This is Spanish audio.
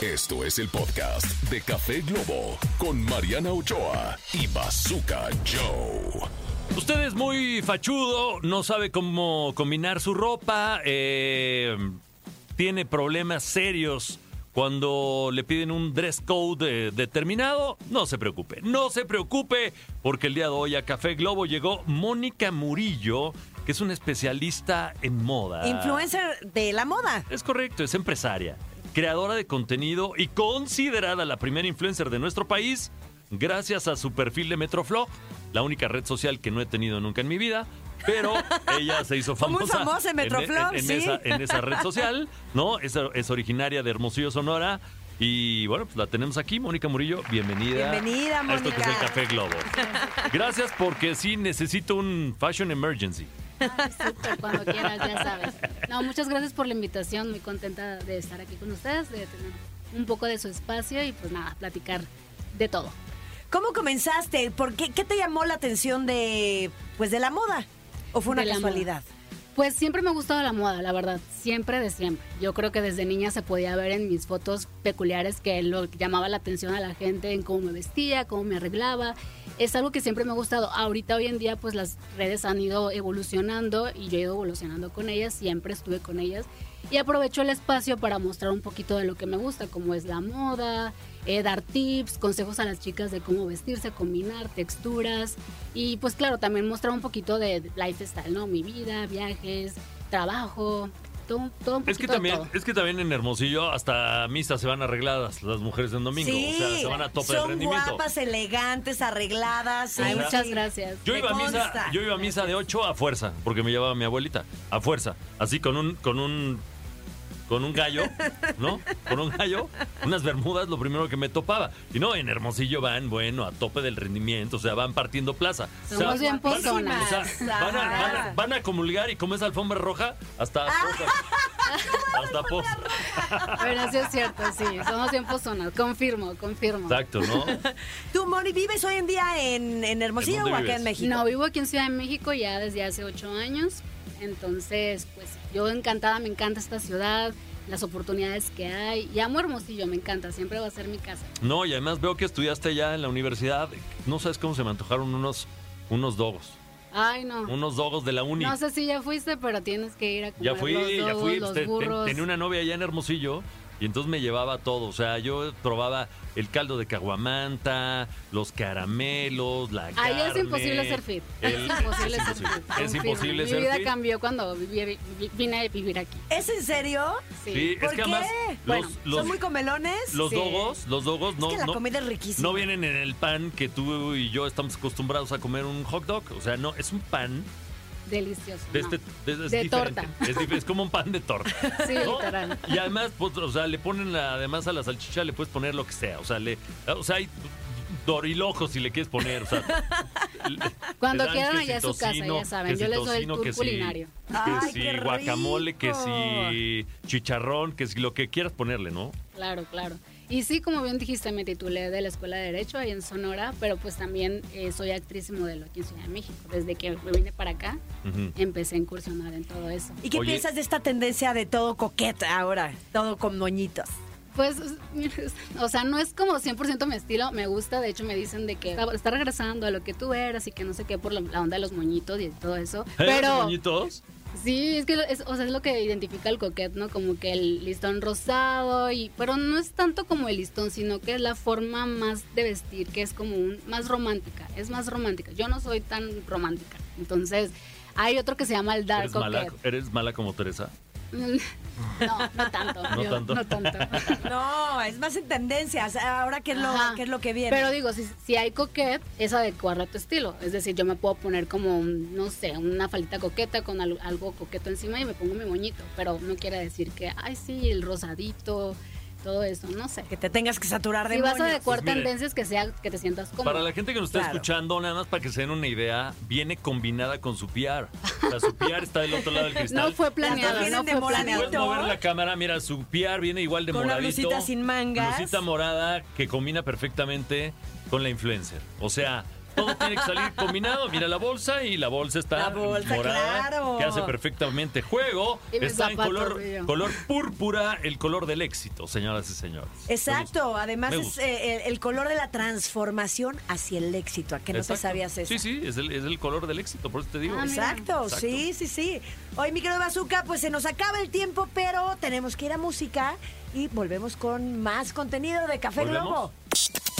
Esto es el podcast de Café Globo con Mariana Ochoa y Bazooka Joe. Usted es muy fachudo, no sabe cómo combinar su ropa, eh, tiene problemas serios cuando le piden un dress code eh, determinado. No se preocupe, no se preocupe, porque el día de hoy a Café Globo llegó Mónica Murillo, que es una especialista en moda. Influencer de la moda. Es correcto, es empresaria, creadora de contenido y considerada la primera influencer de nuestro país gracias a su perfil de Metroflow, la única red social que no he tenido nunca en mi vida. Pero ella se hizo Fue muy famosa. famosa en Metroflow, en, en sí. esa, en esa red social, ¿no? Es, es originaria de Hermosillo, Sonora. Y bueno, pues la tenemos aquí, Mónica Murillo. Bienvenida. Bienvenida, a Esto que es el Mónica. Café Globo. Gracias porque sí necesito un fashion emergency. Ay, súper, cuando quieras, ya sabes. No, muchas gracias por la invitación, muy contenta de estar aquí con ustedes, de tener un poco de su espacio y pues nada, platicar de todo. ¿Cómo comenzaste? ¿Por qué, qué te llamó la atención de pues de la moda? ¿O fue una De la casualidad? Pues siempre me ha gustado la moda, la verdad, siempre de siempre. Yo creo que desde niña se podía ver en mis fotos peculiares que lo que llamaba la atención a la gente en cómo me vestía, cómo me arreglaba. Es algo que siempre me ha gustado. Ahorita, hoy en día, pues las redes han ido evolucionando y yo he ido evolucionando con ellas, siempre estuve con ellas. Y aprovecho el espacio para mostrar un poquito de lo que me gusta, como es la moda, eh, dar tips, consejos a las chicas de cómo vestirse, combinar texturas y pues claro, también mostrar un poquito de lifestyle, ¿no? Mi vida, viajes, trabajo, todo, todo un poquito Es que también, de todo. es que también en Hermosillo hasta misas se van arregladas las mujeres en domingo. sí, o sea, se van a tope de son rendimiento. guapas, elegantes, arregladas. sí, Ay, o sea, muchas sí. gracias. Yo Me iba, a misa, consta. yo iba a misa de 8 a fuerza, porque me llevaba mi abuelita, a fuerza. Así con un, con un, con un gallo, ¿no? Con un gallo, unas bermudas, lo primero que me topaba. Y no, en Hermosillo van, bueno, a tope del rendimiento, o sea, van partiendo plaza. O sea, Somos bien van- pozonas. o sea, van, a, van a- van a comulgar y como es alfombra roja, hasta Ah. posas. hasta posas. Pero sí es cierto, sí, somos bien pozonas, confirmo, confirmo. Exacto, ¿no? ¿Tú, Moni, vives hoy en día en, en ¿En Hermosillo dónde o acá vives? en México? No, vivo aquí en Ciudad de México ya desde hace ocho años. Entonces, pues yo encantada, me encanta esta ciudad, las oportunidades que hay. Y amo Hermosillo, me encanta, siempre va a ser mi casa. No, y además veo que estudiaste ya en la universidad. No sabes cómo se me antojaron unos, unos dogos. Ay, no. Unos dogos de la uni. No sé si ya fuiste, pero tienes que ir a comer Ya fui, los ya dogos, fui. pues, los Te- te- burros. tenía una novia allá en Hermosillo y entonces me llevaba todo. O sea, yo probaba el caldo de caguamanta, los caramelos, la Ahí es carne, imposible ser fit. el- es imposible es ser imposible. fit. Es confirmo. imposible ser Mi vida fit. cambió cuando viví- vi- vine a vivir aquí. ¿Es en serio? Sí. Sí, ¿Por es que qué? además Bueno, los, los, ¿Son muy comelones? los sí. dogos, los dogos no, es que la no, comida es riquísima. no vienen en el pan que tú y yo estamos acostumbrados a comer un hot dog. O sea, no, es un pan Delicioso. de no. este, de, es De diferente. torta. Es, dif- es como un pan de torta. Sí, ¿no? literal. Y además, pues, o sea, le ponen la- además a la salchicha le puedes poner lo que sea, o sea, le o sea, hay dorilojos si le quieres poner, o sea, le- Cuando le dan quieran que allá a si su casa, tocino, ya saben, que yo si les doy el tocino, tour que si- culinario. que Ay, si qué guacamole, que rico. si chicharrón, que si lo que quieras ponerle, ¿no? Claro, claro. Y sí, como bien dijiste, me titulé de la Escuela de Derecho ahí en Sonora, pero pues también eh, soy actriz y modelo aquí en Ciudad de México. Desde que me vine para acá, Ujú. empecé a incursionar en todo eso. ¿Y qué Oye. piensas de esta tendencia de todo coqueta ahora? Todo con moñitos. Pues, o sea, no es como 100% mi estilo, me gusta, de hecho me dicen de que está, está regresando a lo que tú eras y que no sé qué por la, la onda de los moñitos y todo eso. ¿Los Pero moñitos? sí, es que lo- es, o sea, es lo que identifica el coquet, ¿no? Como que el listón rosado y pero no es tanto como el listón, sino que es la forma más de vestir, que es como un más romántica, es más romántica. Yo no soy tan romántica. Entonces, hay otro que se llama el dark ¿Eres mala, coquet. eres mala como Teresa. No, no tanto. No yo- tanto. No tanto. No, es más en tendencias. Ahora, ¿qué es lo, Ajá. qué es lo que viene? Pero digo, si, si hay coquet, es adecuarlo a tu estilo. Es decir, yo me puedo poner como, un, no sé, una falita coqueta con al- algo coqueto encima y me pongo mi moñito. Pero no quiere decir que, ay, sí, el rosadito, todo eso, no sé. que te tengas que saturar de Si vas a moños. adecuar Pues mire, tendencias que sea que te sientas cómodo. Para la gente que nos está Claro. escuchando, nada más para que se den una idea, viene combinada con su PR. O sea, su PR está del otro lado del cristal. No fue Las dos planeado, vienen no de fue moradito. planeado. Puedes mover la cámara, mira, su PR viene igual de Con una moradito. blusita sin mangas. Blusita morada que combina perfectamente con la influencer. O sea, todo tiene que salir combinado. Mira la bolsa y la bolsa está La bolsa, morada, claro. que hace perfectamente juego. Y mis está en zapatos, color, Río. color púrpura, el color del éxito, señoras y señores. Exacto, además Me es gusta. eh, el, el color de la transformación hacia el éxito. ¿A qué no te Exacto. sabías eso? Sí, sí, es el, es el color del éxito, por eso te digo. Ah, mira. Exacto, Exacto. sí, sí, sí. Hoy, mi querido Bazooka, pues se nos acaba el tiempo, pero tenemos que ir a música y volvemos con más contenido de Café ¿Volvemos? Globo.